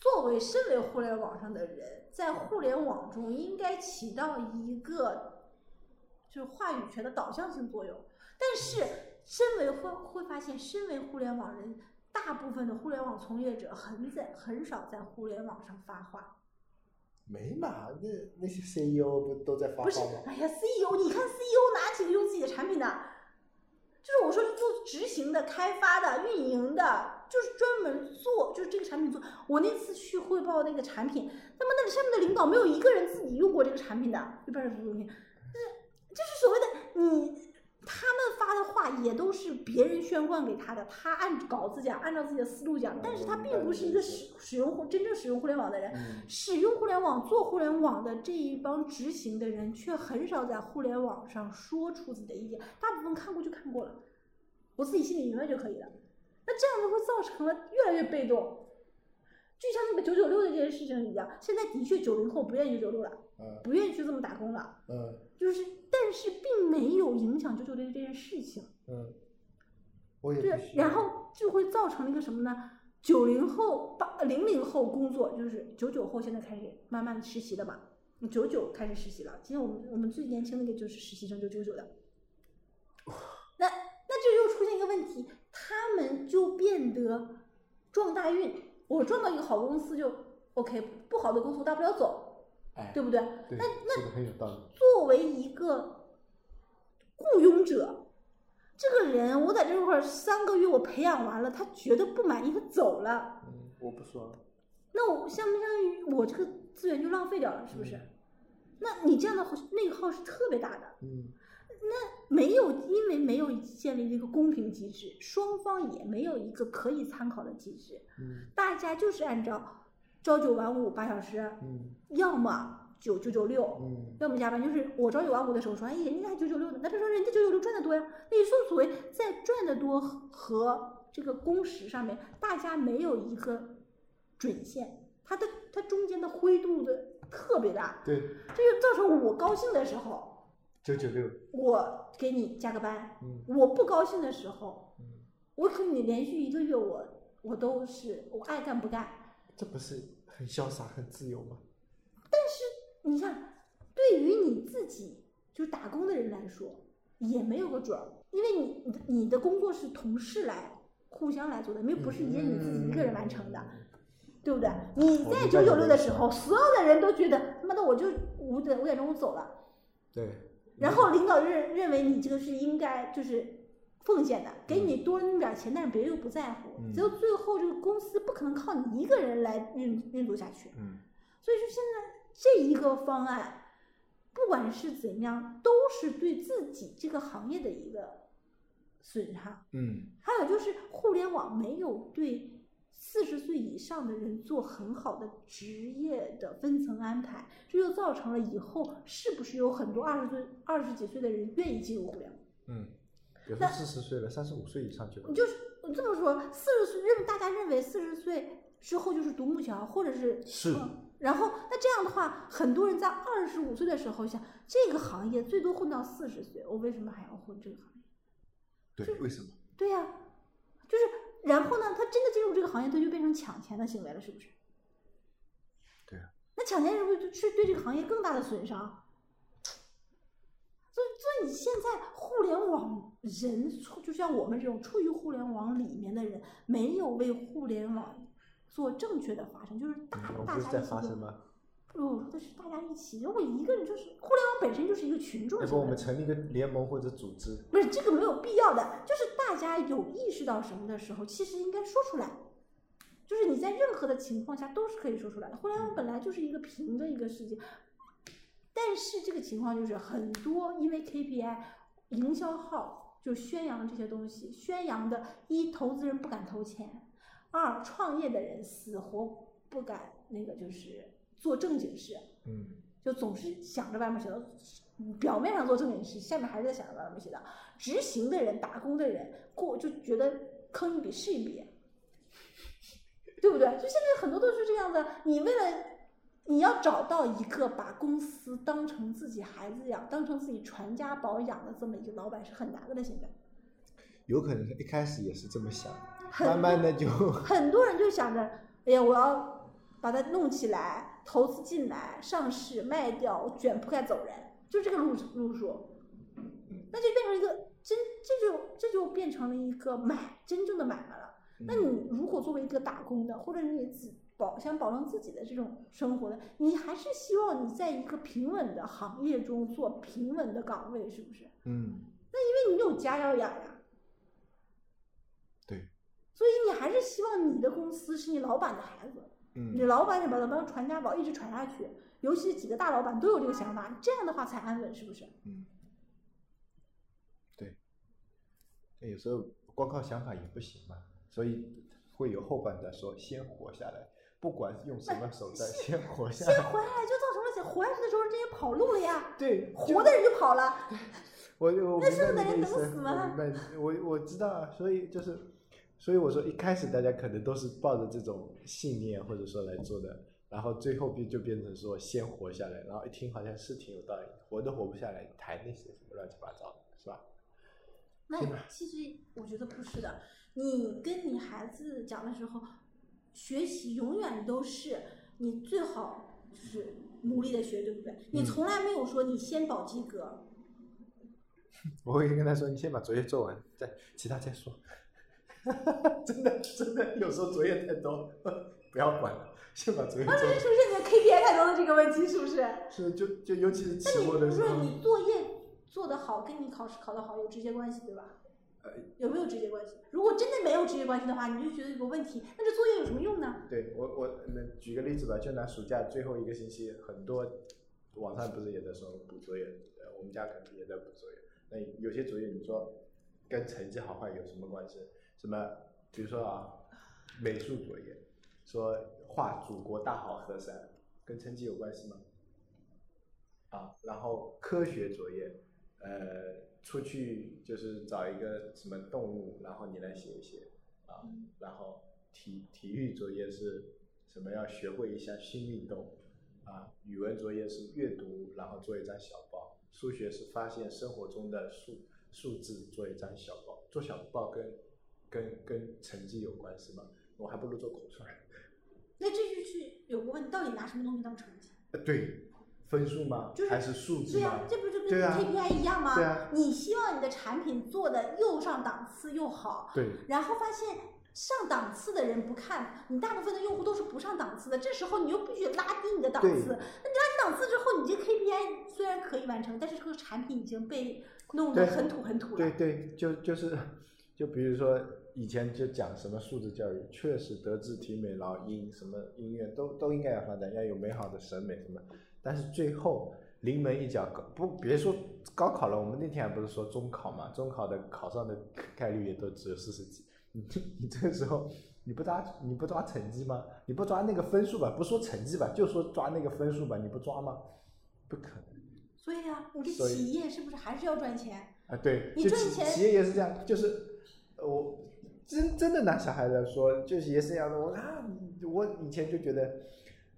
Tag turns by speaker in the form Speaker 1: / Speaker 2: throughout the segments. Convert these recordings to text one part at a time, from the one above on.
Speaker 1: 作为身为互联网上的人，在互联网中应该起到一个就是话语权的导向性作用。但是，身为会会发现，身为互联网人，大部分的互联网从业者很在很少在互联网上发话。
Speaker 2: 没嘛，那那些 CEO 不都在发
Speaker 1: 不是
Speaker 2: 话吗？，
Speaker 1: 哎呀，CEO，你看 E CEO 哪几个用自己的产品的？就是我说做执行的、开发的、运营的，就是专门做，就是这个产品做。我那次去汇报那个产品，那么那里上面的领导没有一个人自己用过这个产品的，一般人不用品，就是就是所谓的你，他们发的话也都是别人宣贯给他的，他按稿子讲，按照自己的思路讲，但是他并不是一个使使用互真正使用互联网的人，
Speaker 2: 嗯，
Speaker 1: 使用互联网、做互联网的这一帮执行的人，却很少在互联网上说出自己的意见，大部分看过就看过了，我自己心里明白就可以了。那这样就会造成了越来越被动，就像那个九九六的这件事情一样，现在的确九零后不愿意九九六了，
Speaker 2: 嗯
Speaker 1: 不愿意去这么打工了，
Speaker 2: 嗯
Speaker 1: 就是但是并没有影响九九六这件事情。
Speaker 2: 嗯，我也不
Speaker 1: 对，啊
Speaker 2: 需要
Speaker 1: 然后就会造成一个什么呢？九零后、八零零后工作就是九九后现在开始慢慢实习的嘛，九九开始实习了。今天我们我们最年轻那个就是实习生，就九九的。那那这就出现一个问题，他们就变得撞大运。我撞到一个好公司就 OK，不好的公司我大不了走，
Speaker 2: 哎，
Speaker 1: 对不对？
Speaker 2: 对，
Speaker 1: 那那
Speaker 2: 这个很有道理。
Speaker 1: 作为一个雇佣者，这个人我在这块儿三个月我培养完了，他觉得不满意，他走了，
Speaker 2: 嗯，我不说了。
Speaker 1: 那我相不相于我这个资源就浪费掉了，是不是
Speaker 2: 嗯？
Speaker 1: 那你这样的内耗是特别大的，
Speaker 2: 嗯
Speaker 1: 没有因为没有建立一个公平机制，双方也没有一个可以参考的机制，
Speaker 2: 嗯
Speaker 1: 大家就是按照朝九晚五八小时，
Speaker 2: 嗯
Speaker 1: 要么九九九六，
Speaker 2: 嗯
Speaker 1: 要么加班，就是我朝九晚五的时候说，哎，人家还九九六呢，那他说人家九九六赚的多呀。那你说所谓在赚的多和这个工时上面，大家没有一个准线，它的它中间的灰度的特别大，
Speaker 2: 对，
Speaker 1: 这就造成我高兴的时候，
Speaker 2: 九九六。
Speaker 1: 我给你加个班；
Speaker 2: 嗯
Speaker 1: 我不高兴的时候，
Speaker 2: 嗯，
Speaker 1: 我可能连续一个月我我都是我爱干不干。
Speaker 2: 这不是很潇洒、很自由吗？
Speaker 1: 你看，对于你自己就是打工的人来说，也没有个准儿，因为你你的你的工作是同事来互相来做的，没有不是一个你自己一个人完成的，对不对？你在
Speaker 2: 嗯明白
Speaker 1: 九九
Speaker 2: 你
Speaker 1: 六
Speaker 2: 的
Speaker 1: 的时候，所有的人都觉得他妈的我就五点五点钟我走了，
Speaker 2: 对。
Speaker 1: 然后领导认认为你这个是应该就是。奉献的，给你多那么点儿钱，但是别人又不在乎，
Speaker 2: 嗯
Speaker 1: 只有最后这个公司不可能靠你一个人来运运作下去。
Speaker 2: 嗯，
Speaker 1: 所以说现在这一个方案，不管是怎样，都是对自己这个行业的一个损害。
Speaker 2: 嗯
Speaker 1: 还有就是互联网没有对四十岁以上的人做很好的职业的分层安排，这就造成了以后是不是有很多二十岁、二十几岁的人愿意进入互联网？
Speaker 2: 嗯，比如
Speaker 1: 那嗯
Speaker 2: 说四十岁了，三十五岁以上就
Speaker 1: 你就是我这么说，四十岁认大家认为四十岁之后就是独木桥，或者是
Speaker 2: 是
Speaker 1: 嗯然后那这样的话，很多人在二十五岁的时候想，这个行业最多混到四十岁，我为什么还要混这个行业？
Speaker 2: 对，为什么？
Speaker 1: 对呀、就是然后呢，他真的进入这个行业，他就变成抢钱的行为了，是不是？
Speaker 2: 对啊。
Speaker 1: 那抢钱是不是就是对这个行业更大的损伤？所以，所以你现在互联网人处，就像我们这种处于互联网里面的人，没有为互联网做正确的发声，就是大
Speaker 2: 嗯我
Speaker 1: 大
Speaker 2: 不是
Speaker 1: 家
Speaker 2: 在
Speaker 1: 一起
Speaker 2: 发
Speaker 1: 用
Speaker 2: 生吗？
Speaker 1: 不是，我说的哦是大家一起。如果一个人就是互联网本身就是一个群众
Speaker 2: 要
Speaker 1: 性
Speaker 2: 哎不我们
Speaker 1: 的，
Speaker 2: 成立一个联盟或者组织？
Speaker 1: 不是这个没有必要的。就是大家有意识到什么的时候，其实应该说出来。就是你在任何的情况下都是可以说出来的。互联网本来就是一个平的一个世界，但是这个情况就是很多因为 KPI 营销号就宣扬这些东西，宣扬的一投资人不敢投钱，二创业的人死活不敢那个就是做正经事。
Speaker 2: 嗯
Speaker 1: 就总是想着外面写的，嗯表面上做正经事，下面还是在想着外面写的。执行的人、打工的人过就觉得坑一笔是一笔，对不对？就现在很多都是这样的。你为了你要找到一个把公司当成自己孩子养、当成自己传家宝养的这么一个老板是很难的了。现在
Speaker 2: 有可能 一开始也是这么想，
Speaker 1: 很
Speaker 2: 慢慢的就
Speaker 1: 很多人就想着，哎呀，我要把它弄起来，投资进来，上市卖掉，卷铺盖走人，就这个路路数，那就变成一个真，这就这就变成了一个买真正的买卖了。
Speaker 2: 嗯
Speaker 1: 那你如果作为一个打工的，或者你自保想保证自己的这种生活的，你还是希望你在一个平稳的行业中做平稳的岗位，是不是？
Speaker 2: 嗯，
Speaker 1: 那因为你有家要养呀，
Speaker 2: 对，
Speaker 1: 啊所以你还是希望你的公司是你老板的孩子，你
Speaker 2: 嗯
Speaker 1: 老板得把它当传家宝一直传下去。尤其是几个大老板都有这个想法，这样的话才安稳，是不是？
Speaker 2: 嗯，对，那有时候光靠想法也不行嘛，所以会有后半段说先活下来，不管用什么手段，先活下
Speaker 1: 先
Speaker 2: 来。
Speaker 1: 回来就造成了解，活下去的时候，这些跑路了 呀，
Speaker 2: 对，就
Speaker 1: 活的人就跑了，
Speaker 2: 我
Speaker 1: 那
Speaker 2: 我明
Speaker 1: 是不是
Speaker 2: 白
Speaker 1: 得
Speaker 2: 你的意
Speaker 1: 等
Speaker 2: 思
Speaker 1: 死
Speaker 2: 我
Speaker 1: 吗
Speaker 2: 明白你，我我知道啊，所以就是，所以我说一开始大家可能都是抱着这种信念或者说来做的，然后最后变就变成说先活下来，然后一听好像是挺有道理的，活都活不下来，你谈那些什么乱七八糟的，是吧？
Speaker 1: 那
Speaker 2: 对吧
Speaker 1: 哎其实我觉得不是的，你跟你孩子讲的时候，学习永远都是你最好就是努力的学，对不对？你
Speaker 2: 嗯
Speaker 1: 从来没有说你先保及格，
Speaker 2: 我会跟他说，你先把作业做完，再其他再说。 真的真的，有时候作业太多， 不要管了，先把作业做
Speaker 1: 这
Speaker 2: 完。
Speaker 1: 是不是你的 KPI 太多的这个问题？是不是？
Speaker 2: 是就就尤其是
Speaker 1: 那
Speaker 2: 期
Speaker 1: 你
Speaker 2: 末
Speaker 1: 不
Speaker 2: 的时
Speaker 1: 是
Speaker 2: 候，
Speaker 1: 你作业做得好，跟你考试考得好有直接关系，对吧
Speaker 2: 呃？
Speaker 1: 有没有直接关系？如果真的没有直接关系的话，你就觉得有个问题，那这作业有什么用呢？
Speaker 2: 对我我那举个例子吧，就拿暑假最后一个星期，很多网上不是也在说补作业，呃我们家可能也在补作业。那有些作业你说跟成绩好坏有什么关系？什么比如说啊，美术作业，说画祖国大好河山，跟成绩有关系吗？啊，然后科学作业，呃，出去就是找一个什么动物，然后你来写一写啊，然后体体育作业是什么？要学会一项新运动啊。语文作业是阅读，然后做一张小报。数学是发现生活中的数数字，做一张小报。做小报跟跟跟成绩有关系吗？我还不如做口算。
Speaker 1: 那这就是有个问题，到底拿什么东西当成绩？
Speaker 2: 呃对，分数吗？
Speaker 1: 就是
Speaker 2: 还是数字
Speaker 1: 对呀、
Speaker 2: 吗？
Speaker 1: 这不就跟
Speaker 2: 对啊
Speaker 1: KPI 一样吗？
Speaker 2: 对啊
Speaker 1: 你希望你的产品做的又上档次又好，
Speaker 2: 对
Speaker 1: 然后发现上档次的人不看，你大部分的用户都是不上档次的，这时候你又必须拉低你的档次。那你
Speaker 2: 对
Speaker 1: 拉低档次之后，你这 KPI 虽然可以完成，但是这个产品已经被弄得
Speaker 2: 对
Speaker 1: 很土很土了。
Speaker 2: 对对，就就是，就比如说以前就讲什么素质教育，确实德智体美劳音什么音乐都都应该要发展，要有美好的审美什么。但是最后临门一脚，高不别说高考了，我们那天还不是说中考嘛，中考的考上的概率也都只有四十几。你 这你这个时候你不抓你不抓成绩吗？你不抓那个分数吧？不说成绩吧，就说抓那个分数吧，你不抓吗？不可能。
Speaker 1: 所以啊，你这
Speaker 2: 所以
Speaker 1: 企业是不是还是要赚钱？
Speaker 2: 啊，对，
Speaker 1: 你
Speaker 2: 就
Speaker 1: 赚
Speaker 2: 企
Speaker 1: 钱
Speaker 2: 企业也是这样，就是呃我真真的拿小孩来说，就是也是这样的。我啊，我以前就觉得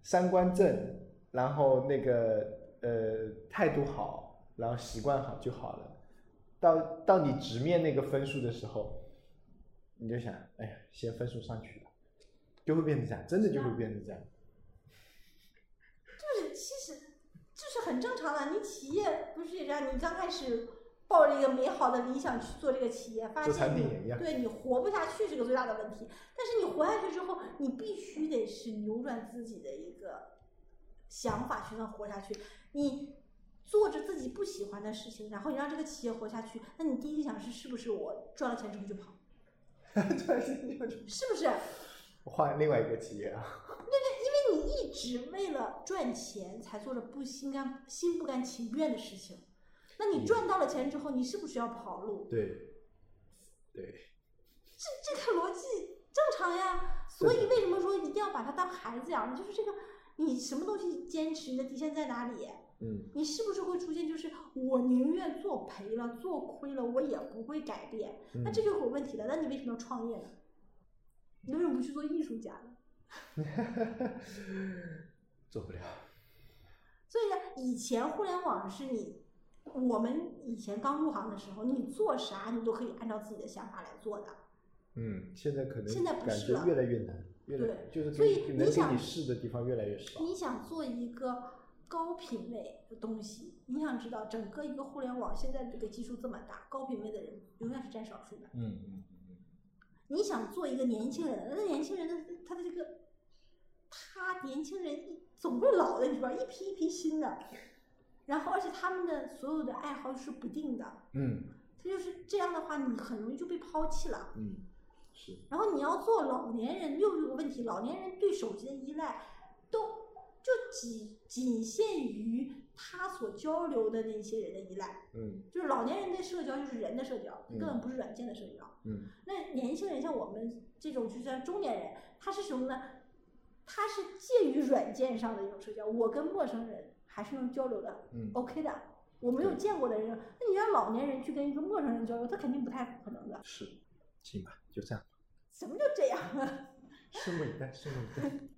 Speaker 2: 三观正，然后那个呃态度好，然后习惯好就好了。到到你直面那个分数的时候，你就想，哎呀，先分数上去吧，就会变成这样，真的就会变成这样。
Speaker 1: 就是其实就是很正常的，你企业不是也这样？你刚开始抱着一个美好的理想去做这个企业，发
Speaker 2: 做产
Speaker 1: 现
Speaker 2: 品也一
Speaker 1: 你
Speaker 2: 样
Speaker 1: 对你活不下去是个最大的问题。但是你活下去之后，你必须得是扭转自己的一个想法去让活下去。你做着自己不喜欢的事情，然后你让这个企业活下去，那你第一个想是是不是我赚了钱之后就跑，啊
Speaker 2: 突然间就
Speaker 1: 是不是？
Speaker 2: 换另外一个企业啊。
Speaker 1: 因为你一直为了赚钱才做着不心甘心不甘情愿的事情，那你
Speaker 2: 嗯
Speaker 1: 赚到了钱之后，你是不是要跑路？
Speaker 2: 对，对，
Speaker 1: 这这个逻辑正常呀。所以
Speaker 2: 对
Speaker 1: 为什么说一定要把它当孩子养？就是这个，你什么东西坚持，你的底线在哪里？
Speaker 2: 嗯，
Speaker 1: 你是不是会出现就是我宁愿做赔了、做亏了，我也不会改变？那
Speaker 2: 嗯
Speaker 1: 这就是有问题的。那你为什么要创业呢？你为什么不去做艺术家呢？
Speaker 2: 做不了。
Speaker 1: 所以呢，以前互联网是你，我们以前刚入行的时候，你做啥你都可以按照自己的想法来做的。
Speaker 2: 嗯，现在可能
Speaker 1: 现在不
Speaker 2: 感
Speaker 1: 是
Speaker 2: 觉
Speaker 1: 了
Speaker 2: 越来越难。越来
Speaker 1: 对
Speaker 2: 就是
Speaker 1: 所以
Speaker 2: 给
Speaker 1: 你
Speaker 2: 能给
Speaker 1: 想
Speaker 2: 你试的地方越来越少。
Speaker 1: 你想做一个高品位的东西，你想知道整个一个互联网现在这个基数这么大，高品位的人永远是占少数的。
Speaker 2: 嗯嗯嗯
Speaker 1: 你想做一个年轻人，那年轻人的他的这个，他年轻人一总会老的，你知道吧，一批一批新的，然后而且他们的所有的爱好是不定的，
Speaker 2: 嗯
Speaker 1: 他就是这样的话，你很容易就被抛弃了。
Speaker 2: 嗯，是
Speaker 1: 然后你要做老年人，又有个问题，老年人对手机的依赖都就仅仅限于他所交流的那些人的依赖，
Speaker 2: 嗯
Speaker 1: 就是老年人的社交就是人的社交，
Speaker 2: 嗯
Speaker 1: 根本不是软件的社交。
Speaker 2: 嗯
Speaker 1: 那年轻人像我们这种就像中年人，他是什么呢？他是介于软件上的一种社交，我跟陌生人还是能交流的
Speaker 2: 嗯
Speaker 1: ，OK 的。我没有
Speaker 2: 对
Speaker 1: 见过的人，那你让老年人去跟一个陌生人交流，他肯定不太可能的。
Speaker 2: 是，行吧，就这样，
Speaker 1: 什么就这样？
Speaker 2: 拭目以待，拭目以待。